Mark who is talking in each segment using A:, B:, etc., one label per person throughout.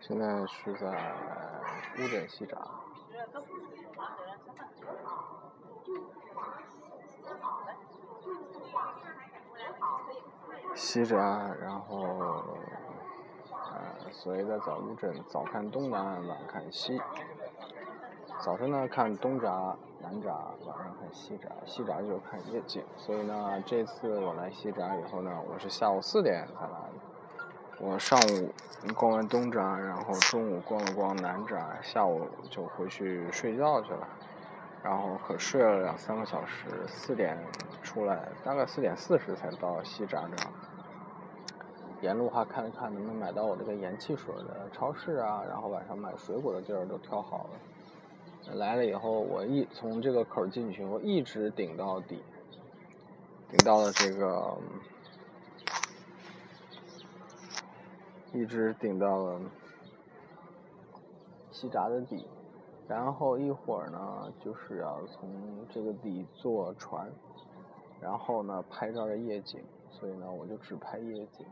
A: 现在是在乌镇西闸。西闸，然后，呃，所以在早乌镇，早看东南，晚看西。早晨呢看东闸、南闸，晚上看西闸，西闸就是看夜景。所以呢，这次我来西闸以后呢，我是下午四点才来的。我上午逛完东闸，然后中午逛了逛南闸，下午就回去睡觉去了。然后可睡了两三个小时，四点出来，大概四点四十才到西闸这儿。沿路还看了看能不能买到我这个盐汽水的超市啊，然后晚上买水果的地儿都挑好了。来了以后，我一从这个口进去，我一直顶到底，顶到了这个，一直顶到了西闸的底，然后一会儿呢，就是要从这个底坐船，然后呢拍照的夜景，所以呢我就只拍夜景，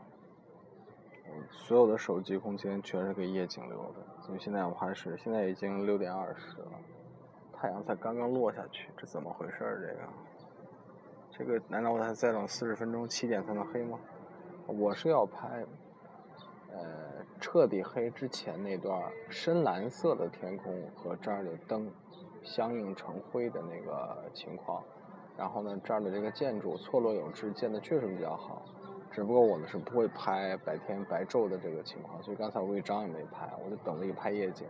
A: 我所有的手机空间全是给夜景留着。所以现在我还是，现在已经六点二十了，太阳才刚刚落下去，这怎么回事儿？这个，这个难道我还再等四十分钟，七点才能黑吗？我是要拍，呃，彻底黑之前那段深蓝色的天空和这儿的灯相映成辉的那个情况，然后呢，这儿的这个建筑错落有致，建的确实比较好。只不过我们是不会拍白天白昼的这个情况，所以刚才我一张也没拍，我就等了一拍夜景，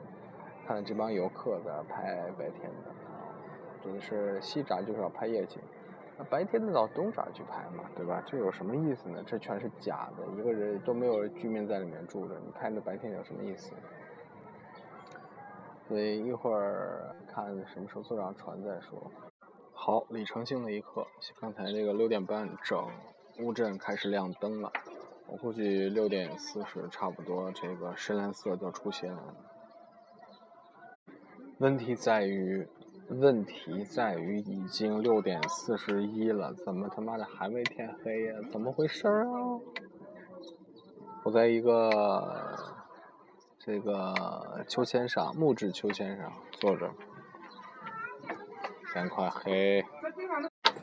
A: 看这帮游客在拍白天的，真的是西闸就是要拍夜景，那白天的到东闸去拍嘛，对吧？这有什么意思呢？这全是假的，一个人都没有居民在里面住着，你拍那白天有什么意思？所以一会儿看什么时候坐上船再说。好，里程性的一刻，刚才那个六点半整。乌镇开始亮灯了，我估计六点四十差不多，这个深蓝色就出现了。问题在于，问题在于已经六点四十一了，怎么他妈的还没天黑呀、啊？怎么回事儿啊？我在一个这个秋千上，木质秋千上坐着，天快黑。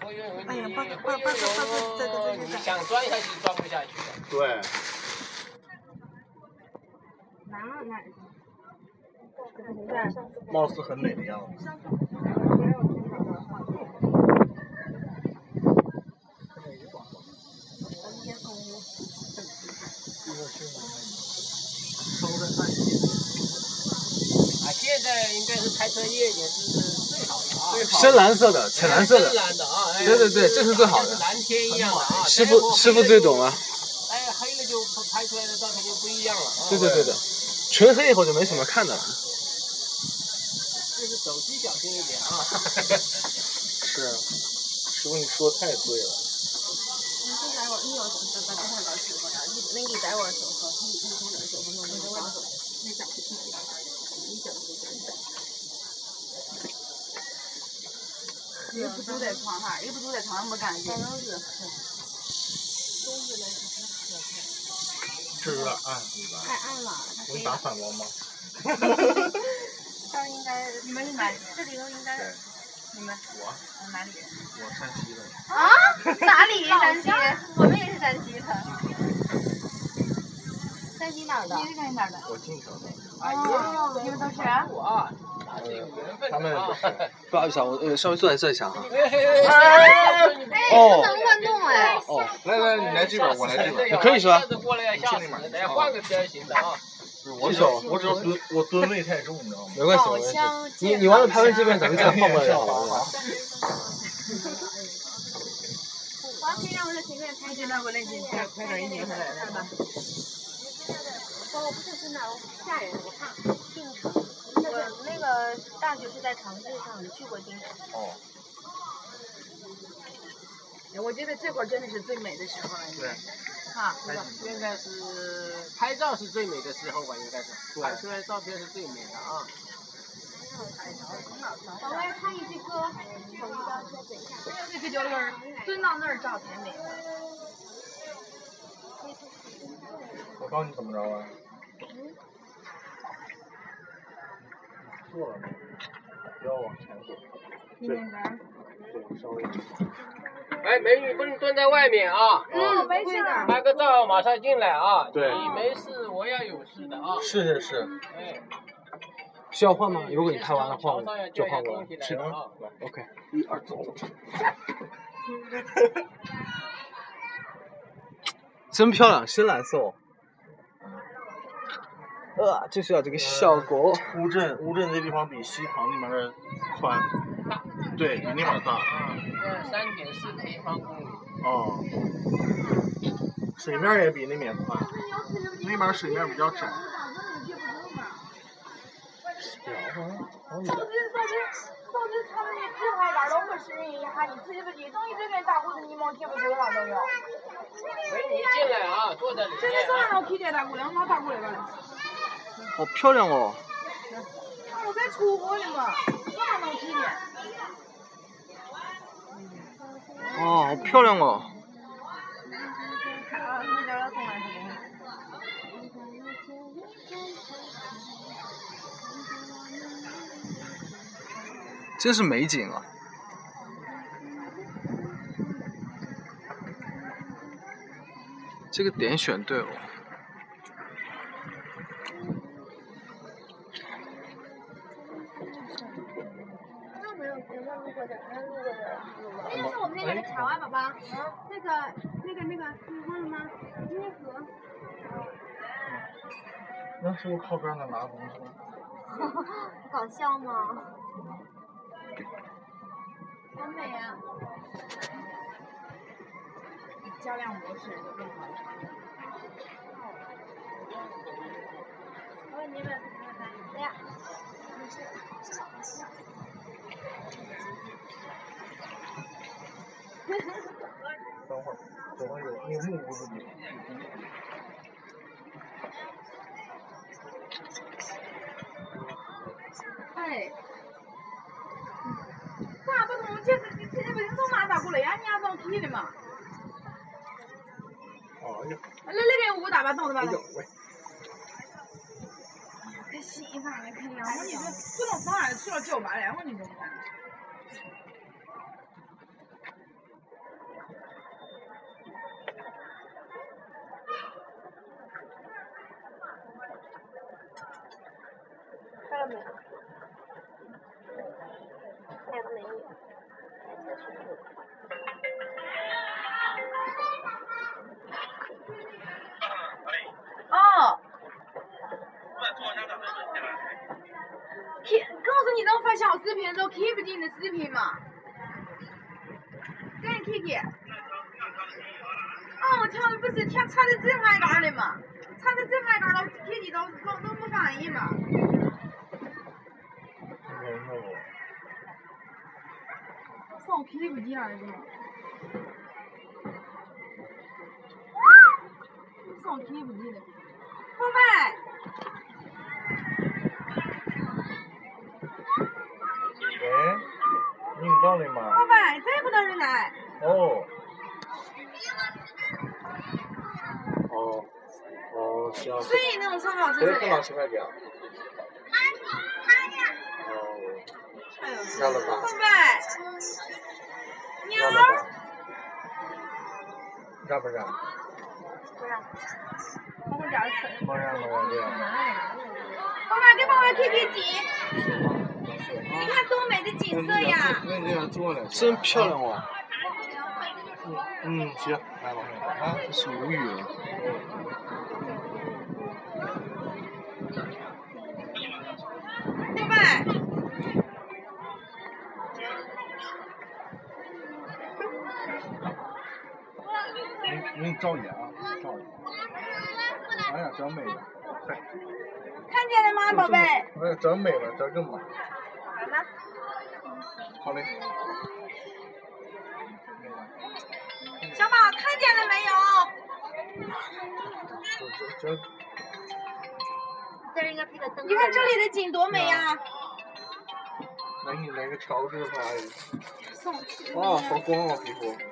B: 哎呀，八个八八个八个，这个这个这个。
C: 想钻下去钻不下去的。
D: 对。
E: 哪哪？
D: 貌似很美的样子。
C: 啊，现在应该是开车夜景是最好的啊。
D: 深蓝色的，浅蓝色的。
C: 深蓝的啊。哎
D: 对对对这是最好的
C: 像蓝天一样的啊。
D: 师傅，师傅最懂啊了。
C: 哎，黑了就拍出来的照片就不一样了啊。
D: 对对对的，全黑以后就没什么看的了。
C: 就是手机小心一点啊。
D: 是，啊师傅你说太对了。
E: 一不住在床上，一不住在床上没干净。
D: 这有点暗，
E: 太暗了，太
D: 能
E: 黑
D: 打
E: 了。
D: 反光吗？
E: 这儿应该你们哪？这里头应该你们我哪里？
D: 我山西的，
E: 啊？哪里？山西？我们也是山西的。
F: 山西哪儿的？
E: 你是山西哪儿的？
D: 我晋城
E: 啊
D: 的。
C: 哎呀，
E: 你们都是？
C: 我啊，那是有缘分
D: 他们
C: 的啊
D: 不。是。不好意思啊，我呃稍微算一算一下啊。
F: 哎，
D: 哦
F: 不能乱动哎。
D: 哦，
A: 来来，你来这边，我来这边。
D: 你 可以说啊
C: 下次过来要吓死人，得换个车型的啊。
D: 我手
G: 我只要蹲，我蹲位太重，你知道吗？
D: 没关系，没
F: 宝
D: 关系。
F: 枪剑
D: 你你完了
F: 宝
D: 拍完
F: 枪
D: 这边，咱们再换过来聊好吗？
F: 我要先让我在前面拍
E: 你
F: 着
E: 进
F: 呢
E: 来，。我来你快快点，你回来，看吧。
F: 哦，不是真的，我吓人，我怕。进城，我那个大学是在长治上，你去过进城？
E: 我觉得这会儿真的是最美的时候了。
C: 对。
E: 啊，
C: 现在是拍照是最美的时候吧，应该是拍出来的照片是最美的啊。
F: 往外看一支歌，
E: 这个就是蹲到那儿照才美。
D: 我告诉你怎么着啊？坐了，不要往前走，
H: 你那边儿。
D: 对，稍微。
B: 哎，美女不能蹲在外面啊，
H: 嗯，没事的。
B: 拍个照马上进来啊。
D: 对
B: 你没事，我要有事的啊。
D: 是是是，
B: 哎，
A: 需要换吗？如果你拍完了换我，就换过来。
B: 是的。
A: OK，
D: 一二走。
A: 真漂亮，深蓝色哦。呃，就是要这个效果。
D: 乌镇，乌镇这地方比西塘那边儿宽，对，比那边儿大。
B: 嗯，三点四平方公里。
D: 哦。水面儿也比那边宽，那边儿水面儿比较窄。
E: 就是说是，就是他们那计划一点都不适应一下，你自己不急，等于这边大姑子你忙贴不住了都有。
B: 美女哎进来啊，坐在里
E: 这边
B: 面
E: 上
B: 啊。
E: 让我去接大姑娘，我大姑来了。
A: 好漂亮哦！
E: 那我在出国呢嘛，上能去呢。
A: 哦，好漂亮哦！
H: 啊，你聊聊东莞什么？
A: 真是美景啊！这个点选对了。
F: 那没有别的路过的，没有路过的路了。这是我们那边的茶哇，宝宝。嗯，那个，那个，那个，你忘了吗？今天河。
D: 那是我靠边儿那拿东 西。
F: 搞笑吗？好美啊！
H: 销量模式就更好了。
F: 我问你们，哎 呀，没事。
D: 等会儿，等会儿有那木屋子里。
F: 哎，
E: 咋不能这次这这不是都拿大姑来呀？你还能去的嘛？
D: 哦，哎呀，
E: 来来给我打吧，等着吧
D: 哎。呀，喂，
H: 这洗衣房的可以
E: 我你这不能上俺去了酒吧了，我你这。
F: 看到没有？看到没有？
E: 哦。K，告诉你能发小视频，都 keep 进的视频嘛。赶紧 K K。哦，我跳的不是跳唱的这盘杆的嘛，唱的这盘杆都 K K 都都都不翻译嘛。
D: 人呢我？
E: 放 K 不进来的嘛。放 K 不进来。后麦。
D: 喂，你有道理吗？
E: 老板，这不能是奶。
D: 哦。哦，哦，这样子
E: 所。以那种烧烤
D: 谁
E: 是这
D: 看到
E: 样。
D: 前面表？哦，那了吧
E: 老，板，
D: 那
E: 鸟
D: 了
E: 儿，
D: 吧，让不让？
E: 我点吃。
D: 不让不让这样。
E: 老板，给宝宝看看景，你看多美的景色呀！
D: 那这样坐了。
A: 真漂亮哦！
D: 啊嗯，行，来吧。啊，
A: 真是无语了。
E: 老板，
D: 我给你照眼啊，照眼。哎呀，整美了，
E: 看见了吗，宝贝？
D: 哎呀，整美了，整更美。好嘞。
E: 小宝，看见了没有？
D: 这这这
F: 这儿应该配个灯。
E: 你看这里的景多美啊呀！
D: 来给你来个潮湿发的。哎哇，
E: 哦。
D: 好光啊，皮肤。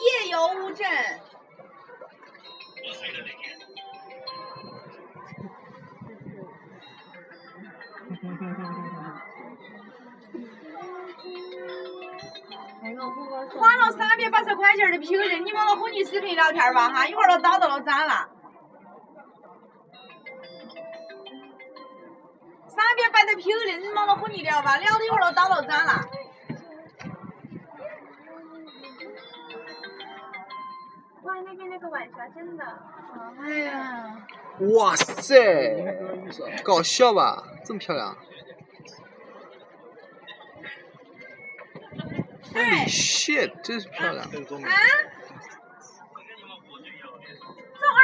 E: 夜游乌镇。花了三百八十块钱的瓶子，你们老和你视频聊天吧哈，一会儿都打到了咱了。三百八的瓶子，你们老和你聊吧，聊的一会儿都打到咱了。
F: 哇，那天那个晚霞真的，
E: 哎呀。
A: 哇塞，搞笑吧？这么漂亮？
E: 哎
A: shit，真是漂亮！
E: 啊？这玩意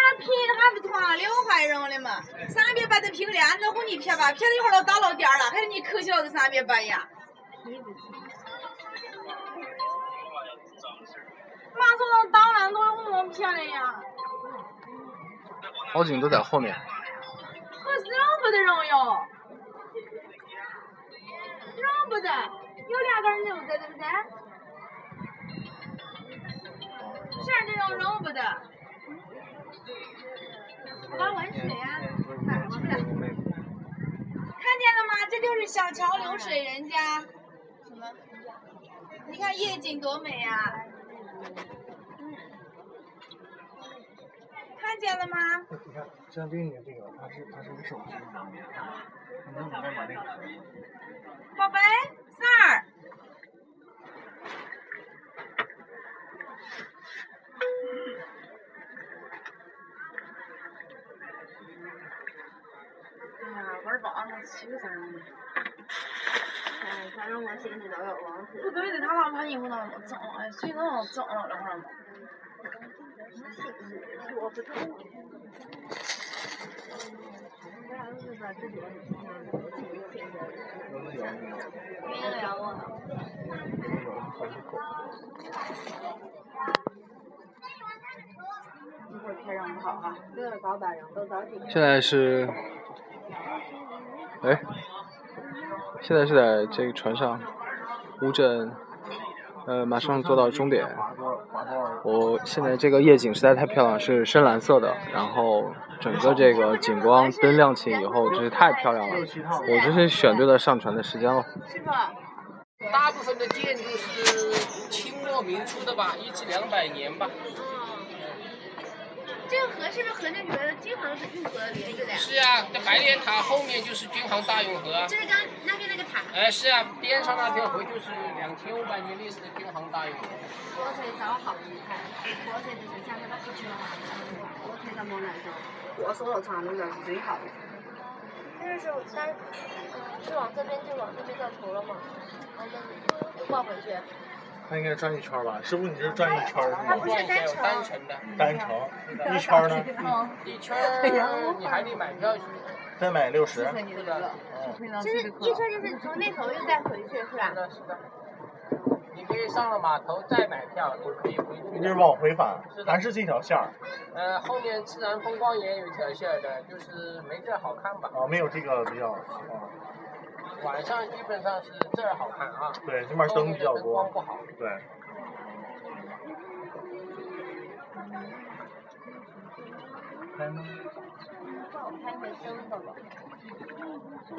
E: 儿拼还不光两块扔了嘛？三百八的平脸，那哄你撇吧，撇了一会儿都到老点儿了，还是你可惜了这三百八呀？马上都到了，都有我撇了呀，
A: 好景都在后面。
E: 可哦是让不得扔哟，
F: 让不得，有两根扭着，对不对？
E: 啥这种扔不得。
F: 我把玩水啊，
D: 哎
F: 哪去了？
E: 看见了吗？这就是小桥流水人家。什么？你看夜景多美啊！
F: 嗯
E: 看见了吗？
D: 你看，像这个这个，它是它是个手机，你能把它把那个。
E: 宝贝，三儿。
F: 哎呀，玩宝
E: 啊
F: 那欺负人了。哎，反正我心里都有王子。
E: 不对的，他老把你给我整了，哎，谁能我整了这会儿吗？
F: 我不太懂。咱俩就是把自己的情况都自己解决了。没聊过。一会儿天让不好啊，六点早把人都早起。
A: 现在是，哎，现在是在这个船上，乌镇，呃，马上坐到终点。我现在这个夜景实在太漂亮，是深蓝色的，然后整个这个景光灯亮起以后，真是太漂亮了。我真是选对了上船的时间了。
B: 大部分的建筑是清末民初的吧，一至两百年吧。
F: 这个河是不是和那个金黄是运河连着的呀？
B: 是啊，那白莲塔后面就是军航大运河啊。
F: 就是刚那边那个塔。
B: 哎，是啊，边上那条河就是两千五百年历史的军航大运河。
F: 火腿早好厉害，火腿就是加拿大不吃火腿在蒙南州，我手头尝的那是最好的。但是但是，嗯，是往这边就往这边掉头了嘛，我们又挂回去。
D: 它应该转一圈儿吧？师傅，你是转一圈儿是吗？
B: 换一下有单程的，
D: 单程，一圈儿呢？
B: 一圈儿你还得买票去。
D: 三百六
B: 是
D: 十。
B: 的，
F: 就是一说就是从那头又再回去是吧
B: 是？的，是的。你可以上了码头再买票，你可以回去
D: 你
B: 的
D: 是。往回返
B: 是，的
D: 还是这条线儿？
B: 呃，后面自然风光也有一条线的，就是没这儿好看吧。
D: 啊，没有这个比较，啊，
B: 晚上基本上是这儿好看啊，
D: 对，这边
B: 后
D: 灯
B: 面
D: 比
B: 的
D: 较
B: 灯光
D: 多，
B: 不好。
D: 对。哎
F: 拍回生宝宝。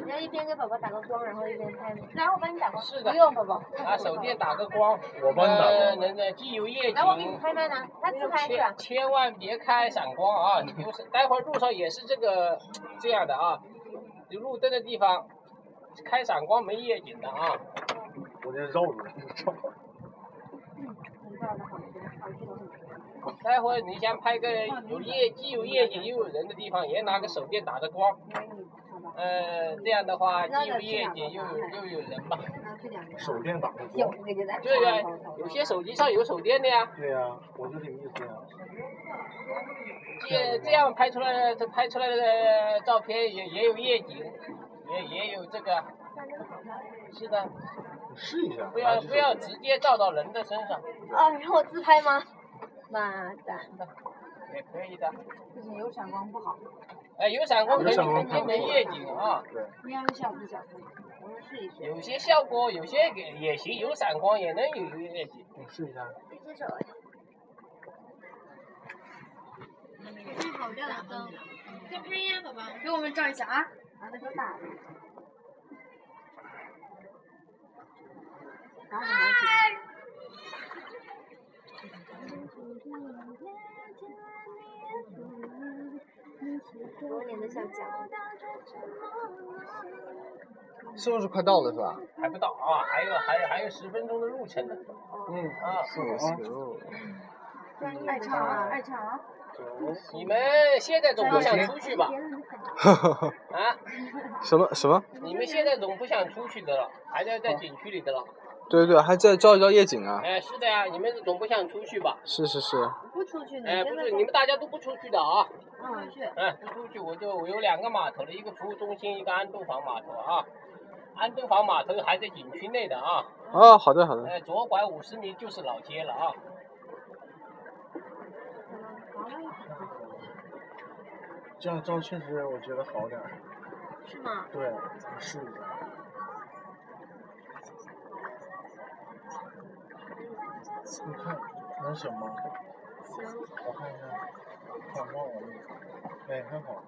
F: 你要一边给宝宝打个光，然后一边拍吗？来，我帮你打光。
B: 是的
F: 不用，宝宝。
B: 拿手电打个光，
D: 我帮你打光
B: 呃能的，既有夜景
F: 来，，我给
D: 嗯
F: 你拍拍呢，他自拍是吧
B: 千？千万别开闪光啊！你不是，待会儿路上也是这个这样的啊，有路灯的地方开闪光没夜景的啊。
D: 我这绕着绕。
B: 待会儿你想拍个有夜既有夜景又有人的地方，也拿个手电打着光。呃，这样的话，既有夜景又有又有人吧。
D: 手电打的光。
B: 对呀，有些手机上有手电的呀，
D: 对呀、我就这个意思呀、
B: 这这样拍出来的拍出来的照片也也有夜景，也也有这个。是的，
D: 你试一下。
B: 不要不要直接照到人的身上，
F: 啊，你让我自拍吗？妈蛋！
B: 也可以的。
F: 就是有闪光不好，
B: 哎，有闪光可以，
D: 有闪光
B: 肯定没夜景啊。
F: 你要小不小心，我们试一试。
B: 有些效果，有些也也行，有闪光也能有夜景。
D: 你试一下。
F: 这只手哎。嗯，好亮的灯，
E: 给我们照一下啊！
F: 把那手打了。多年的小脚，
A: 是不是快到了是吧？
B: 还不到啊，还有还有还有十分钟的路程呢。嗯啊，
I: 爱唱啊，爱唱啊！
B: 你们现在总不想出去吧？啊，
A: 什么什么？
B: 你们现在总不想出去的了，还在在景区里的了。
A: 对对，还在照一照夜景啊。
B: 哎，是的呀，你们总不想出去吧？
A: 是是是，
F: 不出去呢，嗯
B: 哎，
F: 真
B: 不
F: 的
B: 是，你们大家都不出去的啊。
F: 不出去。
B: 嗯，不出去我就我有两个码头了，一个服务中心，一个安顿房码头啊。安顿房码头还在景区内的啊，
A: 哦，好的好的，
B: 呃，左拐五十米就是老街了啊。
D: 这样这样确实我觉得好点儿。
F: 是吗？
D: 对，试一下。你看能行吗？
F: 行，
D: 我看一下，看忘了那个，哎，还好。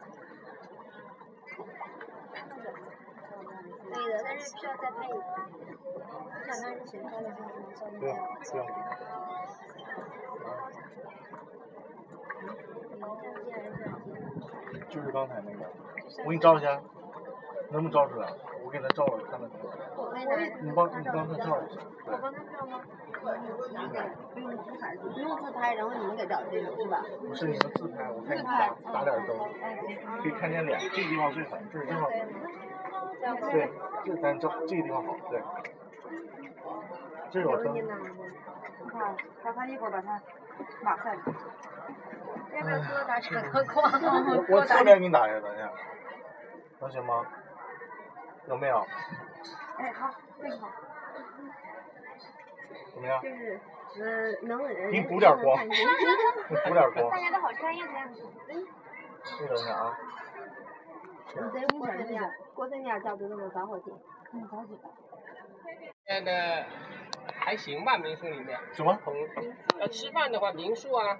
F: 可以的，但是需要再拍一次。我想看是谁拍的，是什么照片
D: 不？用不用。
F: 相机还是相机？
D: 就是刚才那个，我给你照一下，能不能照出来？我给他照了，看看他。
F: 我可以拿
D: 你帮你帮他照一下。
F: 我帮他照吗？你给不用自拍，不用自拍，然后你们给照这种是吧？
D: 不是你们自拍，我看你打打点灯，可以看见脸，这个地方最烦，这个地方对，这咱照这个地方好，对。这有灯，
I: 你看，他他一会儿把它马赛。
F: 要不要多打几
E: 嗯
F: 个光？
D: 我我侧边给你打一下，等一下，能行吗？有没有？
I: 哎，好，这个好。
D: 怎么样？
F: 就是，呃，能人
D: 给你补点光 你补点光，
F: 大家都好专业的样子。嗯
D: 这等一下啊。
F: 你对郭三亚，郭三亚照的那么防火镜。
B: 现在的还行吧，民宿里面。
D: 什么？
B: 同要吃饭的话，民宿啊，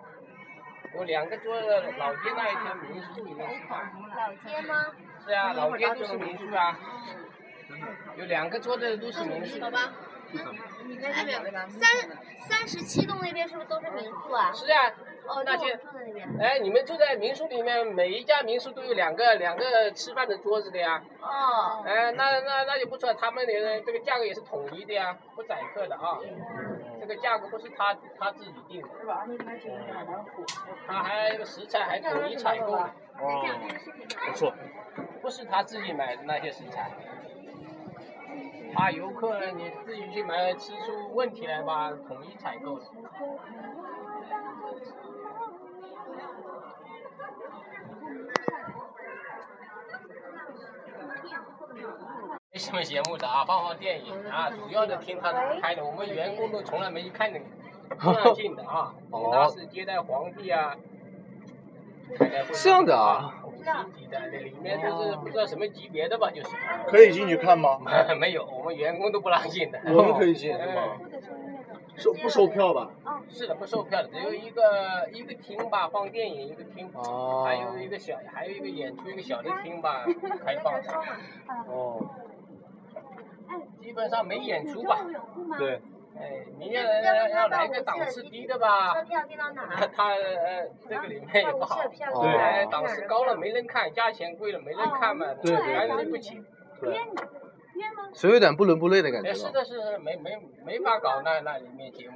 B: 有两个桌子，老街那一条民宿里面吃饭。
F: 老街吗？
B: 是啊，老街都是民宿啊。有两个桌子都是民宿。
F: 吧。你在那边
E: 嗯
F: 三三十七栋那边是不是都是民宿啊？
B: 是啊，
F: 哦，
B: 那
F: 就我
B: 些
F: 们住的那边。
B: 哎，你们住在民宿里面，每一家民宿都有两个两个吃饭的桌子的呀。
F: 哦，
B: 哎，那那那也不错，他们的这个价格也是统一的呀，不宰客的啊。这个价格不是他他自己定的，他还有食材还统一采购的，
D: 哦，不错。
B: 不是他自己买的那些食材。怕游客你自己去买吃出问题来吧，统一采购的。没什么节目的啊，放放电影啊，主要的听他们拍的，我们员工都从来没看见看上镜的啊，
A: 哦
B: 那是接待皇帝啊，开开会
A: 这样的啊，
B: 五星级的，那里面都是不知道什么级别的吧， 就是。
D: 可以进去看吗？
B: 没有，我们员工都不让进的。
D: 我们可以进是
F: 哎
D: 吗？收不收票吧？
B: 是的，不售票的，只有一个一个厅吧，放电影一个厅，
A: 哦
B: 还有一个小，还有一个演出一个小的厅吧，开放的。
D: 哦，
B: 基本上没演出吧？
F: 嗯
D: 对，
B: 哎，你要要要来个档次低的吧？
F: 车票订到哪
B: 他
F: 儿？
B: 他呃，这个里面也不好。
A: 哦
B: 哎，档次高了没人看，价钱贵了没人看嘛，
A: 对对
B: 还是不起。
D: 对，
A: 所以有点不伦不类的感觉
B: 哎，是
A: 了。
B: 的，是的，没没没法搞那那里面节目。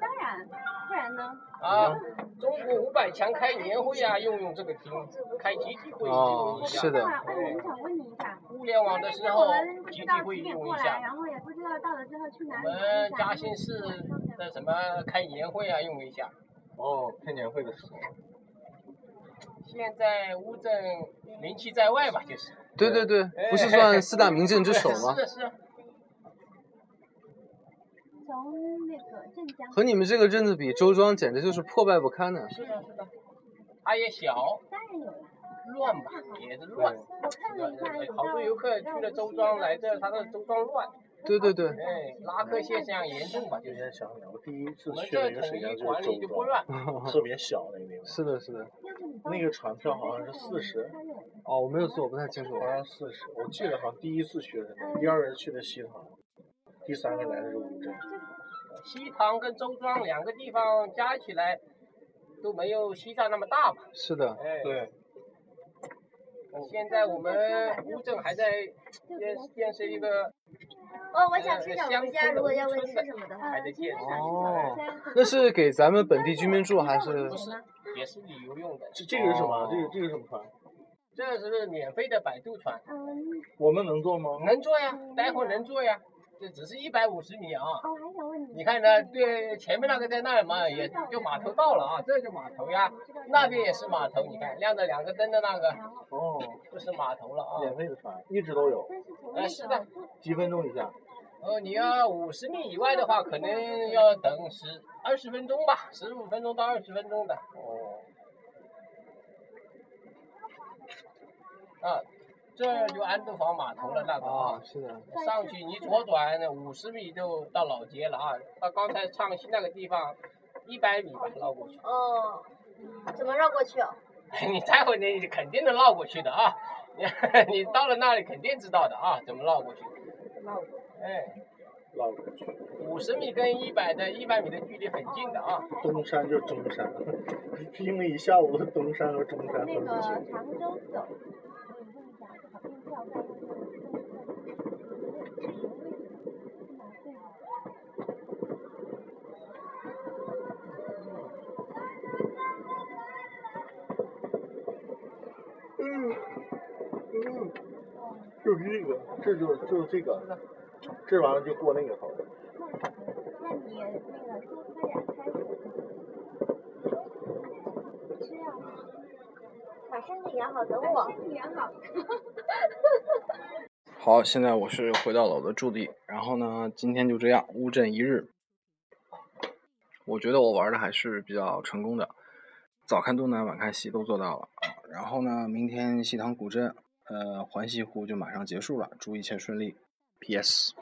F: 当然，不然呢？
B: 啊，
A: 嗯
B: 中国五百强开年会啊，用用这个厅，开集体会议用
A: 哦
B: 一，下。
A: 是的，
B: 哎
F: 我想问你一下，
B: 互联网的时候集体会议用一下，
F: 然后也不哎知道到了之后去哪
B: 我
F: 里
B: 们嘉兴市的什么开年会啊用一下。
D: 哦，开年会的时候。
B: 现在乌镇名气在外吧，就是。
A: 对对对，哎不是算四大名镇之首吗
B: 是？的，是的。
F: 从那个镇江。
A: 和你们这个镇子比，周庄简直就是破败不堪呢。
B: 是的，是的。它也小，
F: 当然有了，
B: 乱吧，也是乱。
F: 我看了一下，有
B: 好多游客去了周庄，来这它的周庄乱，
A: 对对对，
B: 哎，拉客现象严重吧，就
D: 今
B: 是。
D: 天想起来，我第一次
B: 我们
D: 去了
B: 这
D: 一个
B: 统
D: 沈阳，
B: 一
D: 就
B: 管
D: 是
B: 理就
D: 周
B: 不
D: 庄，
B: 乱。
D: 特别小那个地方。
F: 嗯
A: 是的，是的。
D: 那个船票好像是四十，
A: 哦，我没有做，我不太清楚。
D: 好像四十，我记得好像第一次去的是那个，第二次去的西塘，
G: 第三个来的是乌镇。
B: 西塘跟周庄两个地方加起来都没有西藏那么大吧？
A: 是的，
B: 哎，
G: 对，
B: 现在我们乌镇还在建建设一个
F: 哦，我想吃小龙虾，如果要问吃什么的话，
B: 还在建设，
A: 哦，那是给咱们本地居民住还是
D: 呃
B: 不？是也是旅游用的，
G: 这这个是什么？啊这个这个是什么船？
B: 这是免费的摆渡船，
G: 我们能坐吗？
B: 能坐呀，待会儿能坐呀，这只是一百五十米啊。你看呢？对，前面那个在那儿嘛，也就码头到了啊，这就码头呀，那边也是码头，你看亮着两个灯的那个
G: 哦，
B: 就是码头了啊。
G: 免费的船，一直都有，
B: 呃，是的，
G: 几分钟一下。
B: 呃，你要五十米以外的话，可能要等十二十分钟吧，十五分钟到二十分钟的。
G: 哦，
B: 啊，这就安渡坊码头了，那个
A: 啊，是的，
B: 上去你左转五十米就到老街了啊，到刚才唱戏那个地方一百米吧绕过去。
F: 哦，怎么绕过去哦？
B: 你待会儿你肯定能绕过去的啊， 你你到了那里肯定知道的啊，怎么绕过去。哎，
G: 绕过去，
B: 五十米跟一百的一百米的距离很近的啊，
G: 登山就是登山， 拼了一下午的登山和中山都不行。嗯，嗯，就是这个，这就是就是这个，这完了就过那个头儿。
F: 把身体养好，等我。
A: 好，现在我是回到了我的驻地，然后呢，今天就这样乌镇一日。我觉得我玩的还是比较成功的，早看东南晚看西都做到了啊。然后呢，明天西塘古镇，呃，环西湖就马上结束了，祝一切顺利。P.S.